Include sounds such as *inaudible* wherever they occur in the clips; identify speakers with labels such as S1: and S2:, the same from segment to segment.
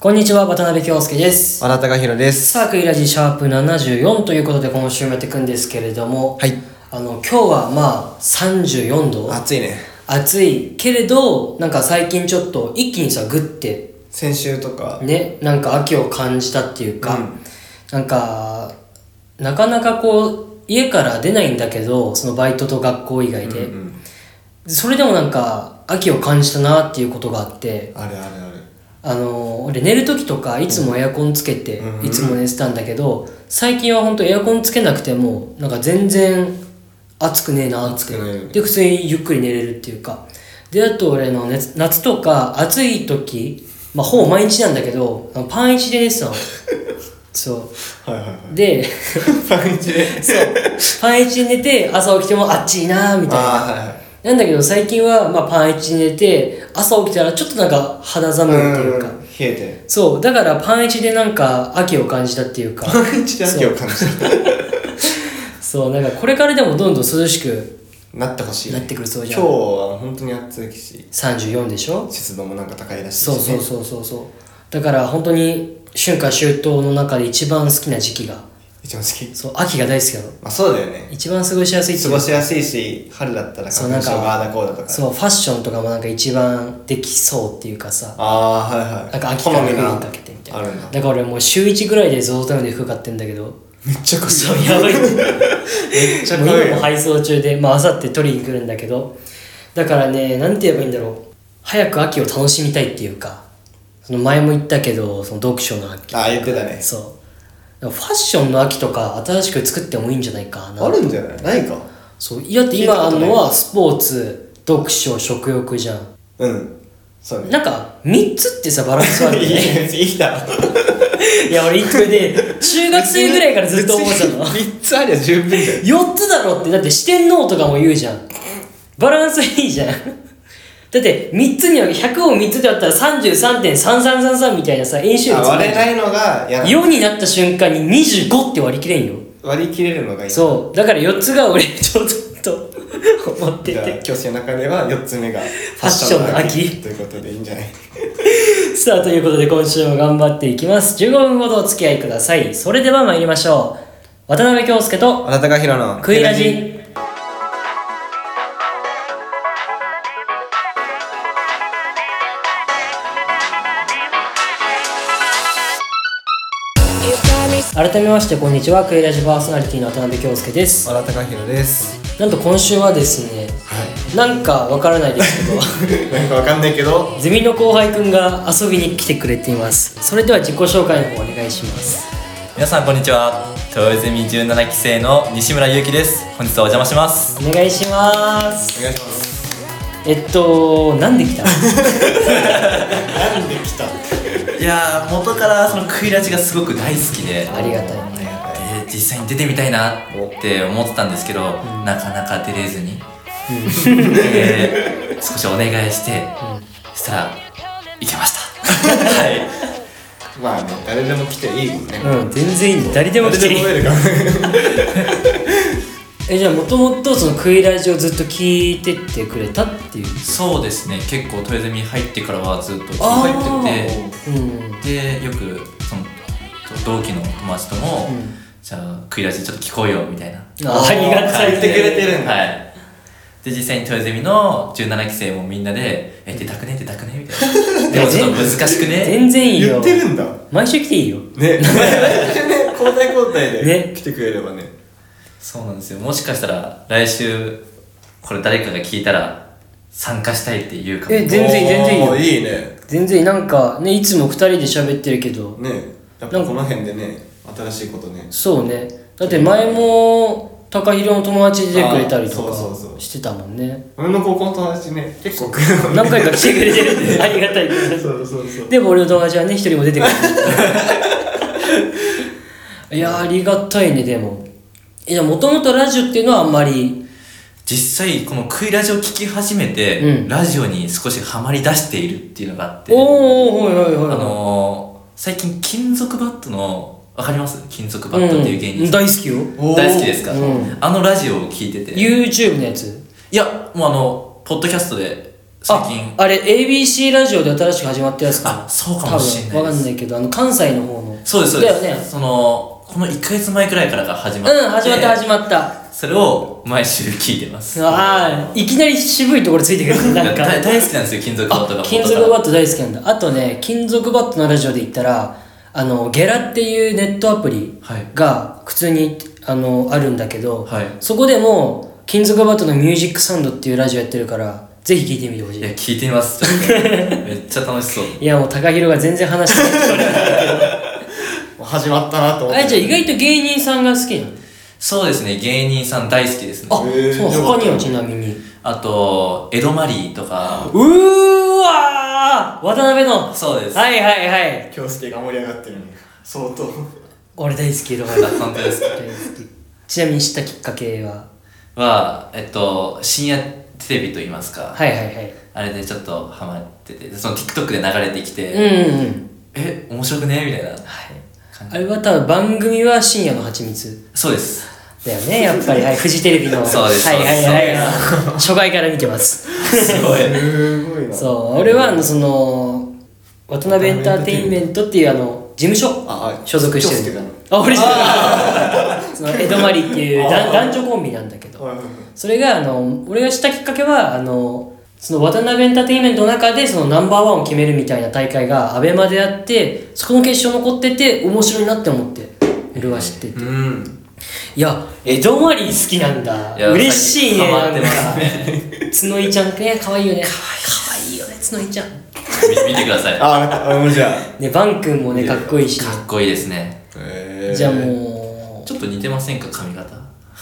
S1: こんにちは、渡辺京介です。
S2: 和田貴弘です。
S1: サークイラジシャープ74ということで今週もやっていくんですけれども、
S2: はい。
S1: あの、今日はまあ34度、
S2: 暑いね。
S1: 暑いけれど、なんか最近ちょっと一気にさ、グって
S2: 先週とか、
S1: ね、なんか秋を感じたっていうか、
S2: うん
S1: なんか、なかなかこう、家から出ないんだけど、そのバイトと学校以外で。それでもなんか、秋を感じたなっていうことがあって、
S2: あるあるある。
S1: あの俺寝る時とかいつもエアコンつけて、
S2: うん
S1: いつも寝てたんだけど最近は本当エアコンつけなくてもなんか全然暑くねえなって
S2: くない
S1: で普通にゆっくり寝れるっていうかであと俺の夏夏とか暑い時まあほぼ毎日なんだけどあのパン一で寝
S2: *laughs*
S1: てたのそ
S2: はいはいは
S1: うで *laughs*
S2: い。パンイチで。
S1: そうパン一で寝て朝起きてもあっちいなみたいな
S2: ああ、はいはい。
S1: なんだけど最近は、まあ、パン一で寝て朝起きたらちょっとなんか肌寒いっていうか
S2: ん冷えて。
S1: そうだからパンイチでなんか秋を感じたっていうか
S2: *laughs* パンイチで秋を感じた。
S1: そうなんかこれからでもどんどん涼しく
S2: なってほしい。
S1: なってくるそうじゃん
S2: 今日は本当に暑いし、
S1: 34でしょ
S2: 湿度もなんか高いらしいし
S1: そうそうそうそうそうだから本当に春夏秋冬の中で一番好きな時期が
S2: 一番好き。
S1: そう秋が大好きなの
S2: まあそうだよね。
S1: 一番過ごしやすいって
S2: 過
S1: いう
S2: ご
S1: か
S2: しやすいし、春だったら
S1: そう
S2: 花粉症
S1: なんか
S2: があーだこうだとか。
S1: そうファッションとかもなんか一番できそうっていうかさ
S2: ああ、はいはい。
S1: なんか秋か
S2: 好
S1: ら
S2: み
S1: 冬
S2: が
S1: にかけてみたい
S2: あ
S1: な
S2: るんだ。
S1: だから俺もう週1ぐらいでゾウタイムで服買ってんだけど
S2: めっちゃかっ
S1: そうやばい
S2: めっちゃ
S1: も
S2: か
S1: う
S2: わいい
S1: 今も。配送中で、まあ明後日取りに来るんだけどだからねなんて言えばいいんだろう早く秋を楽しみたいっていうかその前も言ったけどその読書の秋
S2: ああ、言ってたね。
S1: そうファッションの秋とか新しく作ってもいいんじゃないかな
S2: あるんじゃないないか。
S1: そういやだって今あるのはスポーツ読書食欲じゃん
S2: うん。そうね。
S1: なんか3つってさバランス悪い
S2: い
S1: ね
S2: いいいだろ
S1: いや俺それで *laughs* 中学生ぐらいからずっと思ってたの
S2: 3つありゃ十分だよ
S1: 4つだろってだって四天王とかも言うじゃんバランスいいじゃんだって3つに分け100を3つで割ったら33.3333みたいなさ演習率
S2: あ
S1: もあ
S2: 割
S1: る
S2: れ
S1: じゃん
S2: ないのが嫌なの
S1: 4になった瞬間に25って割り切れんよ
S2: 割り切れるのがいい
S1: そうだから4つが俺ちょっと思って
S2: じゃあ
S1: て
S2: 教師の中では4つ目がフ
S1: ァッションの秋
S2: ということでいいんじゃない
S1: さあということで今週も頑張っていきます15分ほどお付き合いくださいそれでは参りましょう渡辺京介と
S2: あなたがひろの
S1: クイラジ改めましてこんにちはクイラジパーソナリティの渡辺京介です
S2: あなたがひろです
S1: なんと今週はですね
S2: は
S1: なんかわからないですけど
S2: いなんかわかんないけど
S1: ゼミの後輩くんが遊びに来てくれていますそれでは自己紹介の方お願いします
S3: 皆さんこんにちは豊泉17期生の西村祐希です本日はお邪魔します
S1: お願いします
S2: お願いします
S1: えっとなんで来た
S2: なんで来た
S3: いやー元からそのクイラジがすごく大好きで
S1: ありがたいね
S3: で実際に出てみたいなって思ってたんですけど、なかなか出れずに、で少しお願いして、そしたらいけました *laughs* はい
S2: まあね誰でも来ていいもんね
S1: うん全然いいね誰でも
S2: 誰
S1: 来
S2: で
S1: てい
S2: も
S1: い
S2: 来れるから
S1: えじゃあもともとそのクイラジをずっと聞いてってくれたっていう
S3: そうですね結構豊泉入ってからはずっと
S1: あー
S3: 聞いて
S1: うん
S3: てでよくその同期の友達とも、
S1: ん
S3: じゃあクイラジちょっと聞こうよみたいな
S1: ああ
S2: *laughs*
S1: りがたい
S2: 言ってくれてるんだ
S3: はいで実際に豊ゼミの17期生もみんなで「え出たくね出たくね」みた
S1: *laughs*
S3: いなでもちょっと難しくね
S1: 全然いい
S2: 言
S1: よ *laughs*
S2: ってるんだね
S1: 毎週来ていいよ
S2: ね交代交代
S1: ね
S2: で来てくれればね
S3: そうなんですよもしかしたら来週これ誰かが聞いたら参加したいって言うかも
S1: え全然全然いいよ
S2: おーいいね
S1: 全然なんかねいつも二人で喋ってるけど
S2: ねやっぱこの辺でね新しいことね
S1: そうねだって前も高弘の友達出てくれたりと
S2: あそうそうそ
S1: か
S2: う
S1: してたもんね
S2: 俺の高校の友達ね結構来るの
S1: 何回か来てくれてるん
S2: *laughs*
S1: でありがたい
S2: そうそうそう
S1: でも俺の友達はね一人も出てくれないいやーありがたいねでもいやもともとラジオっていうのはあんまり
S3: 実際この「クイラジ」を聞き始めて、
S1: うん
S3: ラジオに少しハマり出しているっていうのがあって
S1: おおーはいはい
S3: あ
S1: はい
S3: のー、最近金属バットのわかります金属バットっていう芸
S1: ん、
S3: 人さん、
S1: 大好きよ
S2: おー
S3: 大好きですか、
S1: うん
S3: あのラジオを聞いてて
S1: YouTube のやつ
S3: いやもうあのポッドキャストで最近
S1: ああれ ABC ラジオで新しく始まったやつか
S3: あそうかもしんないです
S1: 多分わかんないけどあの関西の方の
S3: そうですそうです
S1: だよね
S3: そのこの1ヶ月前くらいからが始まって、
S1: うん始まった始まった
S3: それを毎週聞いてます
S1: ああいきなり渋いところついてくるねなんか
S3: 大大好きなんですよ金属バットが
S1: 金属バット大好きなんだあとね金属バットのラジオで言ったらあのゲラっていうネットアプリ
S3: はい
S1: が普通にあのあるんだけど、
S3: はい
S1: そこでも金属バットのミュージックサウンドっていうラジオやってるからぜひ聞いてみてほし
S3: い
S1: い
S3: や聞いてみ
S1: *laughs*
S3: ますちょっとねめっちゃ楽しそう
S1: いやもう高 a が全然話してない
S2: 始まっ
S1: *laughs*
S2: たなと思って
S1: あじゃあ意外と芸人さんが好きなの
S3: そうですね芸人さん大好きですね
S1: あ、
S2: へー
S1: そう
S2: よかった
S1: 他にはちなみに
S3: あとエドマリーとか
S1: うーわー渡辺の
S3: そうです
S1: はいはいはい
S2: 京介が盛り上がってるね相当
S1: 俺大好き江戸
S3: あ
S1: 川
S3: 本当ですか
S1: 大好きちなみに知ったきっかけは
S3: はえっと深夜テレビと言いますか、
S1: はいはいはい
S3: あれでちょっとハマっててその TikTok で流れてきて、
S1: うんうんうん
S3: え面白くねみたいな感じ、
S1: あれは多分番組は深夜の蜂蜜
S3: そうです
S1: だよねやっぱりはいフジテレビの
S3: *laughs* そうです
S1: はいはいはい
S3: そう
S1: はい初回から見て *laughs* ます
S3: すごい
S2: すごいな
S1: そう俺はあのその渡辺エンターテインメントっていうあの事務所
S2: あはい
S1: 所属してる
S2: 京介
S1: あ俺じゃ *laughs* ないその江戸マリっていう男男女コンビなんだけど
S2: はいはいはい
S1: それがあの俺が知ったきっかけはあのその渡辺エンターテインメントの中でそのナンバーワンを決めるみたいな大会がアベマであってそこの決勝残ってて面白いなって思って俺は知ってて
S3: うん
S1: いや江戸マリー好きなんだ
S3: いや
S1: 嬉しいねな
S3: ハマ
S1: ん
S3: ってます
S1: か
S3: ね
S1: 角井ちゃんね可愛いよね可愛いよね角井ちゃん
S3: *laughs* み見てくださいか
S2: あ分かった俺もじゃあ
S1: ねバン君もねかっこいいしね
S3: っこいいですね
S2: へー
S1: じゃあもう
S3: ちょっと似てませんか髪型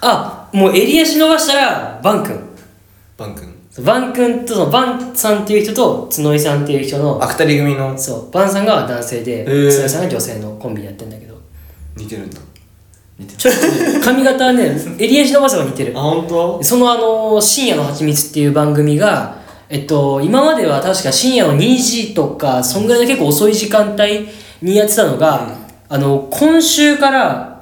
S1: あもう襟足伸ばしたらバン君
S2: バン君
S1: バン君とそのバンさんっていう人と角井さんっていう人の
S2: あ二人組の
S1: そうバンさんが男性で
S2: へー
S1: 角井さんが女性のコンビでやってんだけど
S2: 似てるんだ
S3: 似てま
S1: ち
S3: す
S1: ょっとね髪型はね襟足伸ばせば似てる
S2: あ本当
S1: そのあのー「深夜の蜂蜜っていう番組がえっと今までは確か深夜の2時とかそんぐらいの結構遅い時間帯にやってたのが、あの今週から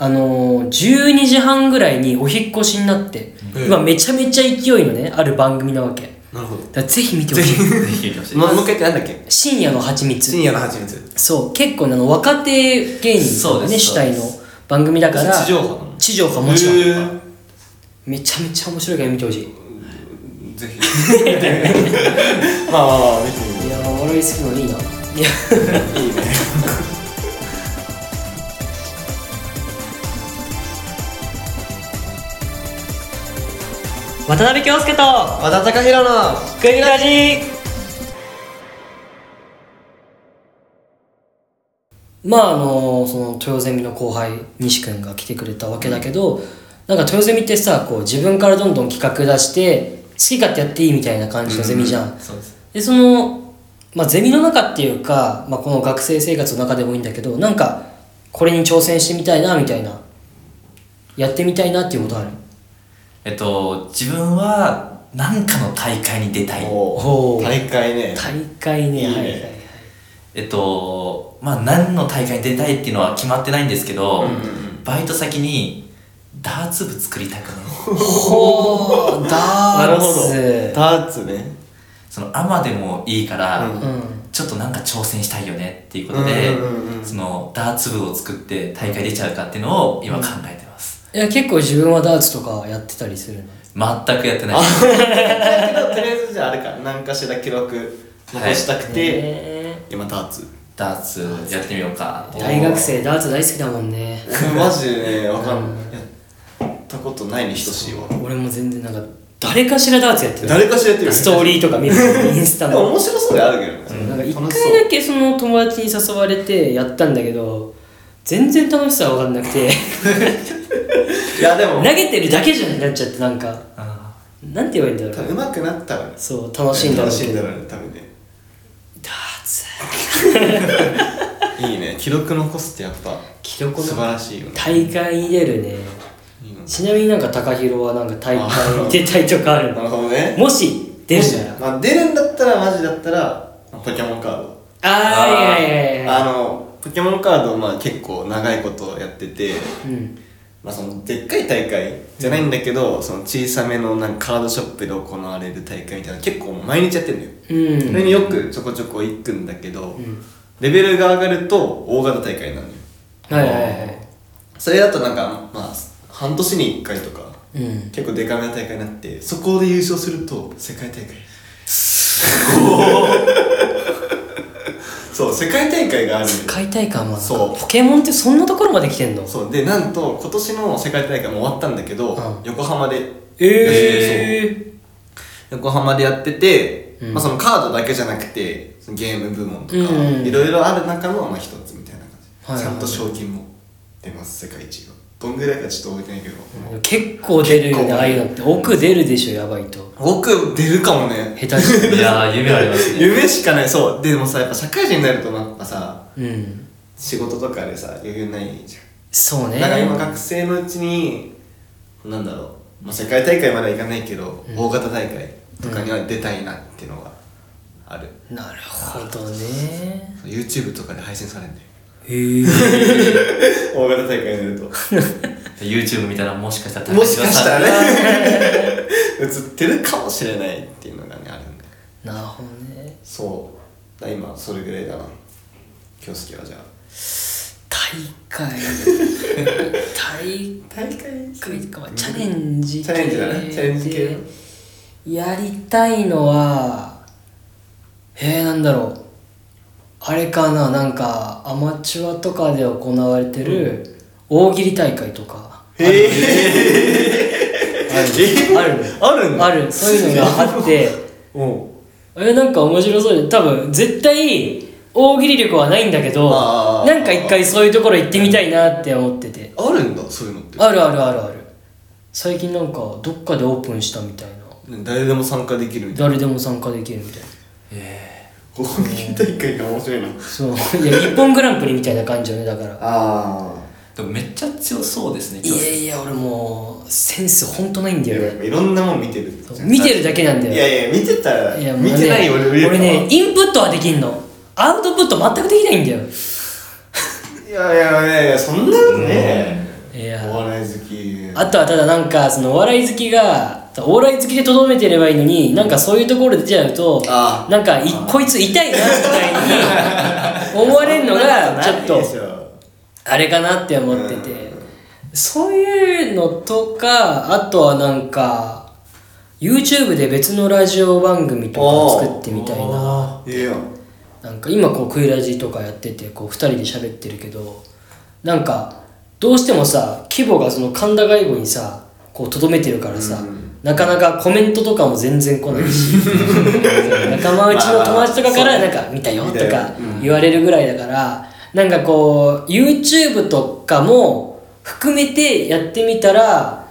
S1: あのー12時半ぐらいにお引っ越しになって、
S2: うん
S1: 今めちゃめちゃ勢いのねある番組なわけだ
S2: なるほ
S1: からぜひ見てほしい
S3: ぜひ見てほしい
S2: ど、ま、もう一回ってなんだっけ
S1: 深夜の蜂蜜
S2: 深夜の蜂蜜
S1: そう結構ねあの若手芸人
S3: そ
S1: が
S3: う
S1: ね
S3: です
S1: 主体の番組だから
S2: 地上波なの
S1: 地上波もちろん
S2: へー
S1: めちゃめちゃ面白いから見てほしいい
S2: ぜ *laughs* ひまあまあまあ見てみる
S1: やー笑いすぎのいいないや
S2: いいね
S1: 渡辺京介と
S2: 和田貴弘の
S1: グミラジまああのその豊ゼミの後輩西君が来てくれたわけだけど、なんか豊ゼミってさこう自分からどんどん企画出して好き勝手やっていいみたいな感じのゼミじゃん、
S3: そうです
S1: でその、まあ、ゼミの中っていうか、まあ、この学生生活の中でもいいんだけどなんかこれに挑戦してみたいなみたいなやってみたいなっていうことある
S3: えっと自分は何かの大会に出たい
S1: おー
S2: おー大会ね
S1: 大会ね
S2: いいね
S1: はいはいはい
S3: えっとまあ何の大会に出たいっていうのは決まってないんですけど、
S2: うんうんうん
S3: バイト先にダーツ部作りたくない
S2: *laughs*
S1: ほー
S2: な
S1: ダ
S2: るほど
S1: ーツ
S2: ダーツね
S3: そのアマでもいいから、
S2: うん
S1: うん
S3: ちょっとなんか挑戦したいよねっていうことで、
S2: うんうんうん
S3: そのダーツ部を作って大会出ちゃうかっていうのを今考えてます、
S1: いや結構自分はダーツとかやってたりするの
S3: 全くやってない
S2: だけどとりあえずじゃああれか何かしら記録残したくて、
S1: ね
S2: 今ダーツ
S3: ダーツやってみようかって
S1: 大学生ダーツ大好きだもんね
S2: 俺マジでねわかんないやったことないに等しいわ
S1: 俺も全然なんか誰かしらダーツやってる
S2: 誰かしらやってる
S1: ストーリーとか見るインスタ
S2: で
S1: の *laughs*
S2: も面白そうであるけどね、
S1: なんか一
S2: 楽しそう
S1: 回だけその友達に誘われてやったんだけど全然楽しさは分かんなく *laughs* て
S2: いやで
S1: 投
S2: も
S1: げてるだけじゃんになっちゃってなんか
S3: あ
S1: なんて言えばいいんだろう
S2: うまくなったらね
S1: そう楽しいんだろうけど
S2: 楽しいんだろうね
S1: ダーツ
S2: 多 *laughs* 分ねいいね記録残すってやっぱ
S1: 記録の
S2: 素晴らしいよね
S1: 大会に出るね
S2: いいの
S1: ちなみになんか高弘はなんか大会に出たいとかあるの
S2: な *laughs* るほどね
S1: もし出るなら
S2: まあ、出るんだったらマジだったらポケモンカード
S1: あーいやいやいやいや
S2: あのポケモンカードをまあ結構長いことやってて
S1: うん
S2: まあ、そのでっかい大会じゃないんだけど、その小さめのなんかカードショップで行われる大会みたいな結構毎日やってるんだよ、
S1: うん
S2: それによくちょこちょこ行くんだけど、
S1: ん
S2: レベルが上がると大型大会になるのよ
S1: はいはいはい
S2: それだとなんかまあ半年に1回とか
S1: うん
S2: 結構デカめな大会になってそこで優勝すると世界大会 *laughs* そう世界大会があるんだよ
S1: 解体感は
S2: そう
S1: ポケモンってそんなところまで来てんの
S2: そうでなんと今年の世界大会も終わったんだけど、
S1: うん
S2: 横浜で
S1: ええ
S2: 横浜でやってて、
S1: うん
S2: まあ、そのカードだけじゃなくてそのゲーム部門とか、
S1: うん
S2: いろいろある中のまあ一つみたい
S1: はい
S2: な感
S1: はいはい
S2: じ、ちゃんと賞金も出ます世界一がどんぐらいかちょっと覚えてないけど、
S1: 結構出るよ
S2: 結
S1: ね
S2: 構
S1: ああいうのって奥出るでしょやばいと
S2: 奥出るかもね
S1: 下手して
S3: いやー、夢あります
S2: *laughs*
S3: ね。
S2: 夢しかないそうでもさやっぱ社会人になるとなんかさ *laughs*
S1: うん
S2: 仕事とかでさ余裕ないじゃん
S1: そうね
S2: だから今学生のうちになんだろう、まあ、世界大会まではいかないけど、
S1: うん
S2: 大型大会とかには出たいなっていうのがある、
S1: なるほど
S2: *laughs*
S1: ね
S2: そう YouTube とかで配信されるんだよ
S1: へえ
S2: *laughs* 大型大会に出ると
S3: YouTube 見たらもしかしたら
S2: *laughs* もしかしたら
S3: ね。
S1: *laughs*
S2: ね映ってるかもしれないっていうのがねあるんだよ
S1: なるほどね
S2: そうだから今それぐらいだな京介はじゃあ
S1: 大
S2: *laughs*
S1: 会大
S2: 大会
S1: 会かチャレンジ
S2: チャレンジだねチャレンジ系
S1: でやりたいのはえー、なんだろうあれかななんかアマチュアとかで行われてる大喜利大会とかあるある
S2: *laughs* あるんだ
S1: あるそういうのがあって
S2: うん
S1: えなんか面白そうで多分絶対大喜利力はないんだけど
S2: あー
S1: なんか一回そういうところ行ってみたいなって思ってて
S2: あるんだそういうのって
S1: あるあるあるある最近なんかどっかでオープンしたみたいな
S2: ね誰でも参加できるみたいな
S1: 誰でも参加できるみたいな
S2: 大喜利大会が面白いな
S1: そういや日本グランプリみたいな感じよねだから
S2: あ
S3: でもめっちゃ強そうですね、
S1: いやいや俺もうセンスほんとないんだ
S2: あ
S1: よね
S2: いろんなもん見てる
S1: 見てるだけなんだよ
S2: いやいや見てたら
S1: いやもうね
S2: 見てない俺見る
S1: 俺ねインプットはできんのアウトプット全くできないんだよ
S2: いやいやいやいやそんなのね
S1: いや
S2: お笑い好き
S1: あとはただなんかそのお笑い好きがお笑い好きでとどめてればいいのになんかそういうところで出ちゃうと
S2: あ
S1: なんかいこいつ痛いなみたいに思われる
S2: *laughs*
S1: のがちょっとあれかなって思っててそういうのとかあとはなんか YouTube で別のラジオ番組とか作ってみたいな。
S2: いやいや
S1: なんか今こうクイラジとかやっててこう2人で喋ってるけどなんかどうしてもさ規模がその神田外語にさこうとどめてるからさ、なかなかコメントとかも全然来ないし仲間内の友達とかから「なんか見たよ」と
S2: 見た
S1: か
S2: ようん
S1: 言われるぐらいだから、なんかこう YouTube とかも含めてやってみたら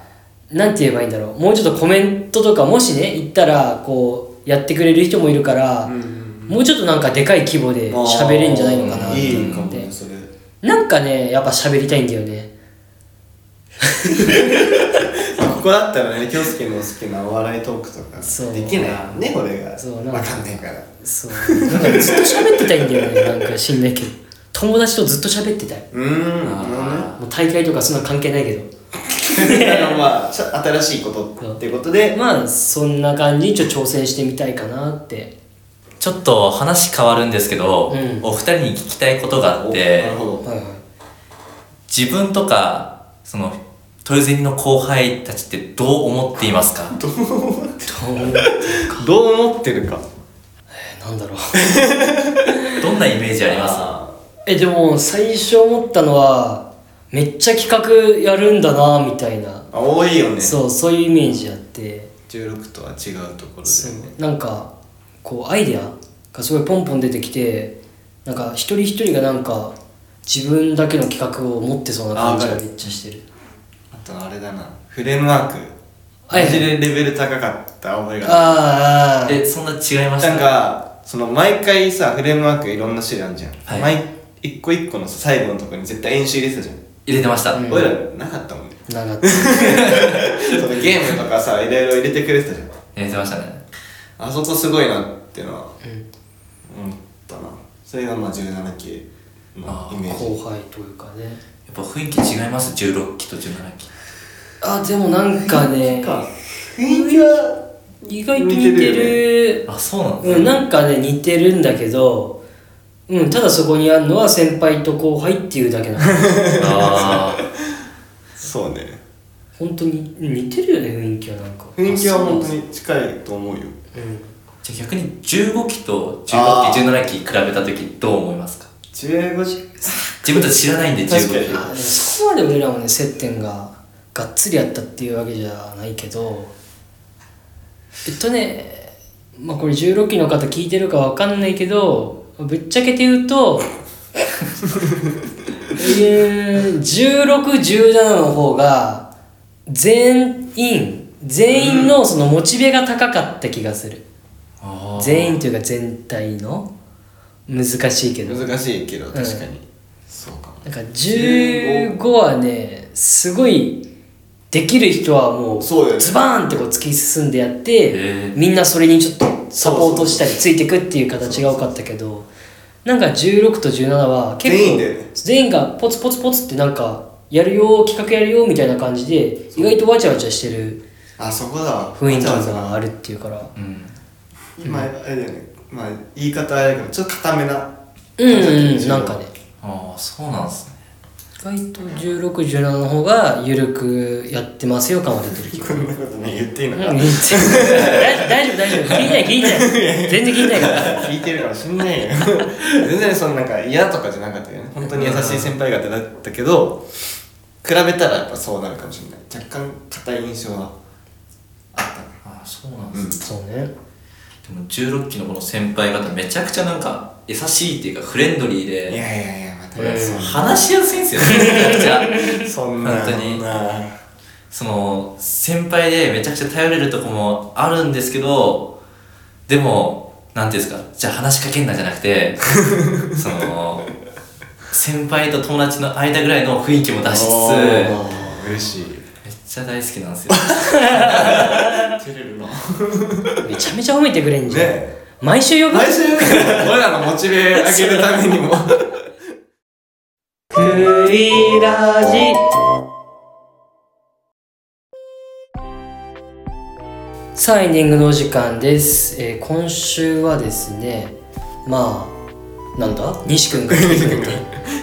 S1: なんて言えばいいんだろうもうちょっとコメントとかもしね言ったらこうやってくれる人もいるから、もうちょっとなんかでかい規模で喋れんじゃないのかなと
S2: いいか
S1: 思
S2: も
S1: って
S2: ねそれ
S1: なんかねやっぱ喋りたいんだよね
S2: まあここだったらね京介の好きなお笑いトークとか
S1: そう
S2: できないもんね俺が
S1: そうなん
S2: 分
S1: か
S2: かんないから
S1: そうなんかずっと喋ってたいんだよねなんか知んないけど友達とずっと喋ってたいう
S2: ーん
S3: あ
S2: な
S3: ー
S2: るほどね
S1: もう大会とかそんな関係ないけど
S2: *laughs* あのまあちょ新しいことっていうことで
S1: まあそんな感じにちょっと挑戦してみたいかなって
S3: ちょっと話変わるんですけど、
S1: うん
S3: お二人に聞きたいことがあっ
S2: おな
S3: て
S2: る、ほど
S1: はいはい
S3: 自分とか、その、豊泉の後輩たちってどう思っていますか
S1: どうえ
S2: どう思ってるか
S1: なんだろう
S3: どんなイメージあります
S2: あ
S1: えでも最初思ったのはめっちゃ企画やるんだなみたいな
S2: ーあ多いよね
S1: そうそういうイメージあって
S2: 16とは違うところ
S1: そ
S2: だ
S1: う
S2: よね
S1: なんかこうアイデアがすごいポンポン出てきてなんか一人一人がなんか自分だけの企画を持ってそうな感じがめっちゃしてる
S2: あとあれだなフレームワーク
S1: はい
S2: マジでレベル高かった覚えが
S1: あ
S2: あ
S1: ーあー
S3: え、そんな違いま
S2: る
S3: した
S2: なんかその毎回さフレームワークいろんな種類あるじゃん、
S3: はい
S2: 毎一個一個のさ最後のところに絶対演習入れてたじゃん、
S3: 入れてました。
S1: うん
S2: 俺らなかったもんね *laughs*
S1: 長かった
S2: そのゲームと
S1: *laughs*
S2: かさいろいろ入れてくれてたじゃん
S3: 入れてましたね。
S2: あそこすごいなってのは思ったなそれがまあ17期の
S3: あー
S2: イメージ
S1: 後輩というかね
S3: っぱ雰囲気違います16期と17期
S1: あでもなんか *laughs* ね
S2: 雰囲気は
S1: 意外と似
S2: 似
S1: て
S2: て
S1: る
S3: あそうなんです
S1: う
S3: ね
S1: ん、なんかね似てるんだけど、うん、ただそこにあるのは先輩と後輩っていうだけなの
S2: *laughs*
S3: あー
S2: そうね
S1: 本当にうん似てるよね雰囲気はなんか、
S2: 雰囲気は本当に近いと思うよ
S1: うん、
S3: じゃあ逆に15期と
S2: あ
S3: 16期
S2: ー
S3: 17期比べた時どう思いますか
S2: 15時
S3: 自分たち知らないんで
S2: 確
S3: 15期
S2: か
S1: あでもそこまで俺らもね接点ががっつりあったっていうわけじゃないけどえっとねまあこれ16期の方聞いてるかわかんないけどぶっちゃけて言うと *laughs* えー1617の方が全員全員のそのモチベが高かった気がする、
S3: あー
S1: 全員というか全体の難しいけど
S2: 難しいけど
S1: ん
S2: 確かに、そうかも
S1: なんか15はねすごいできる人はもう
S2: そうだよね
S1: ズバーンってこう突き進んでやっ
S3: へ
S1: て
S3: ー
S1: みんなそれにちょっとサポートしたりついてくっていう形が多かったけどなんか16と17は結構
S2: 全員でね
S1: 全員がポツポツポツってなんかやるよ企画やるよみたいな感じで意外とわちゃわちゃしてる
S2: あそこだわ
S1: 雰囲気
S2: わざわざ
S1: があるっていうから
S3: うん
S2: 今あれだよねまあ言い方あれだけどちょっと固めな感
S1: うん
S2: じだったよね
S1: うんなんかね
S3: ああそうなんですね
S1: 意外と1617の方が緩くやってますよ感は出てる気が
S2: こんなことね言っていいの *laughs* か、
S1: うん大大丈夫大丈夫聞いてない聞いてない全然聞いてないから
S2: 聞いてるかもしんない *laughs* よ全然そのなんか嫌とかじゃなかったよね本当に優しい先輩方だったけど比べたらやっぱそうなるかもしれない若干硬い印象はあったね
S3: ああそうなん
S2: う
S3: ですね
S1: そ
S2: ん
S1: うね
S3: でも16期のこの先輩方めちゃくちゃなんか優しいっていうかフレンドリー
S2: い
S3: で
S2: やいやいやまた、
S1: うん
S3: 話しやすいんですよねめちゃくちゃ
S2: そんな
S3: 本当に
S2: そんな
S3: その先輩でめちゃくちゃ頼れるとこもあるんですけどでもなんていうんですかじゃあ話しかけんなじゃなく
S2: *laughs*
S3: てその先輩と友達の間ぐらいの雰囲気も出しつつ
S2: おー嬉しい
S3: めっちゃ大好きなんですよ *laughs*
S2: 照れるな
S1: めちゃめちゃ褒めてくれんじゃん、
S2: ね
S1: 毎週呼ぶ
S2: 毎週俺らのモチベ上げるためにも
S1: クイラジさあエンディングのお時間です、えー今週はですねまあなんだ西君が来てくれて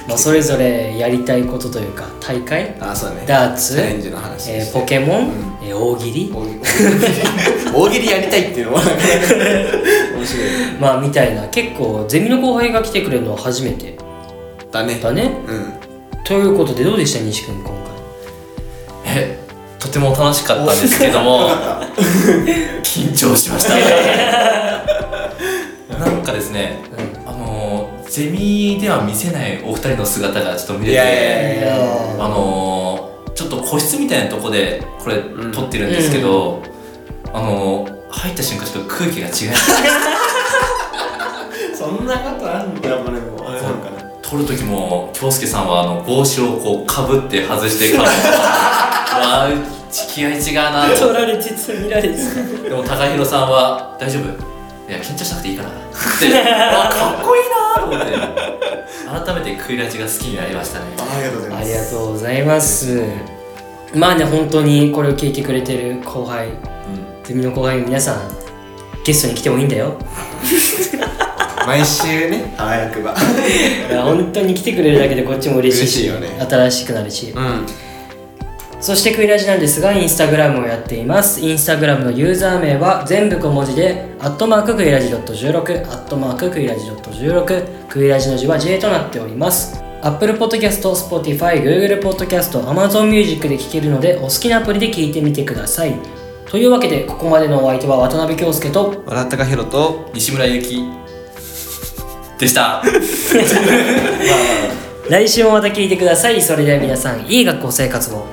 S1: まあそれぞれやりたいことというか大会
S2: *laughs* あそうね
S1: ダーツ
S2: チャレンジの話
S1: え
S2: で
S1: ー
S2: した
S1: ポケモン、えー大喜利
S2: 大喜利
S1: *laughs*
S2: 大喜利やりたいっていうのは面白い
S1: まあみたいな結構ゼミの後輩が来てくれるのは初めて
S2: だね
S1: だね
S2: うん
S1: ということでどうでした西君今
S3: えとても楽しかったんですけど
S2: *laughs*
S3: も緊張しましたなんかですね
S1: 回、
S3: あのーゼミでは見せないお二人の姿がちょっと見れて
S2: いやいやい
S1: やいや
S3: あのーちょっと個室みたいなとこでこれ
S2: うん
S3: 撮ってるんですけど、あのー入った瞬間ちょっと空気が違います *laughs*
S2: そんなことあんだもねもうあれなんかね
S3: 撮る時も京介さんはあの帽子をこうかぶって外してかぶってわあ気合い違うなと
S1: られつつ見られて
S3: でも高弘さんは「大丈夫いや緊張しなくていいから」ってあかっこいいなと思って改めてクイラジが好きになりましたね
S2: ありがとうござい
S1: あ
S2: ます
S1: りがとうございますまあね本当にこれを聞いてくれてる後輩
S2: うん
S1: ゼミの後輩の皆さんゲストに来てもいいんだ *laughs* よ
S2: 毎週ねあわやく
S1: *laughs*
S2: ば
S1: いや本当に来てくれるだけでこっちも嬉しいし
S2: 嬉しいよね
S1: 新しくなるし、
S2: うん
S1: そしてクイラジなんですが、インスタグラムをやっています。インスタグラムのユーザー名は全部小文字で、アットマーククイラジ .16、アットマーククイラジ .16、クイラジの字は J となっております。Apple Podcast、Spotify、Google Podcast、Amazon Music で聴けるので、お好きなアプリで聴いてみてください。というわけで、ここまでのお相手は渡辺京介と、
S2: 笑ったかひろと
S3: 西村ゆきでした
S1: 来週もまた聴いてください。それでは皆さん、いい学校生活を。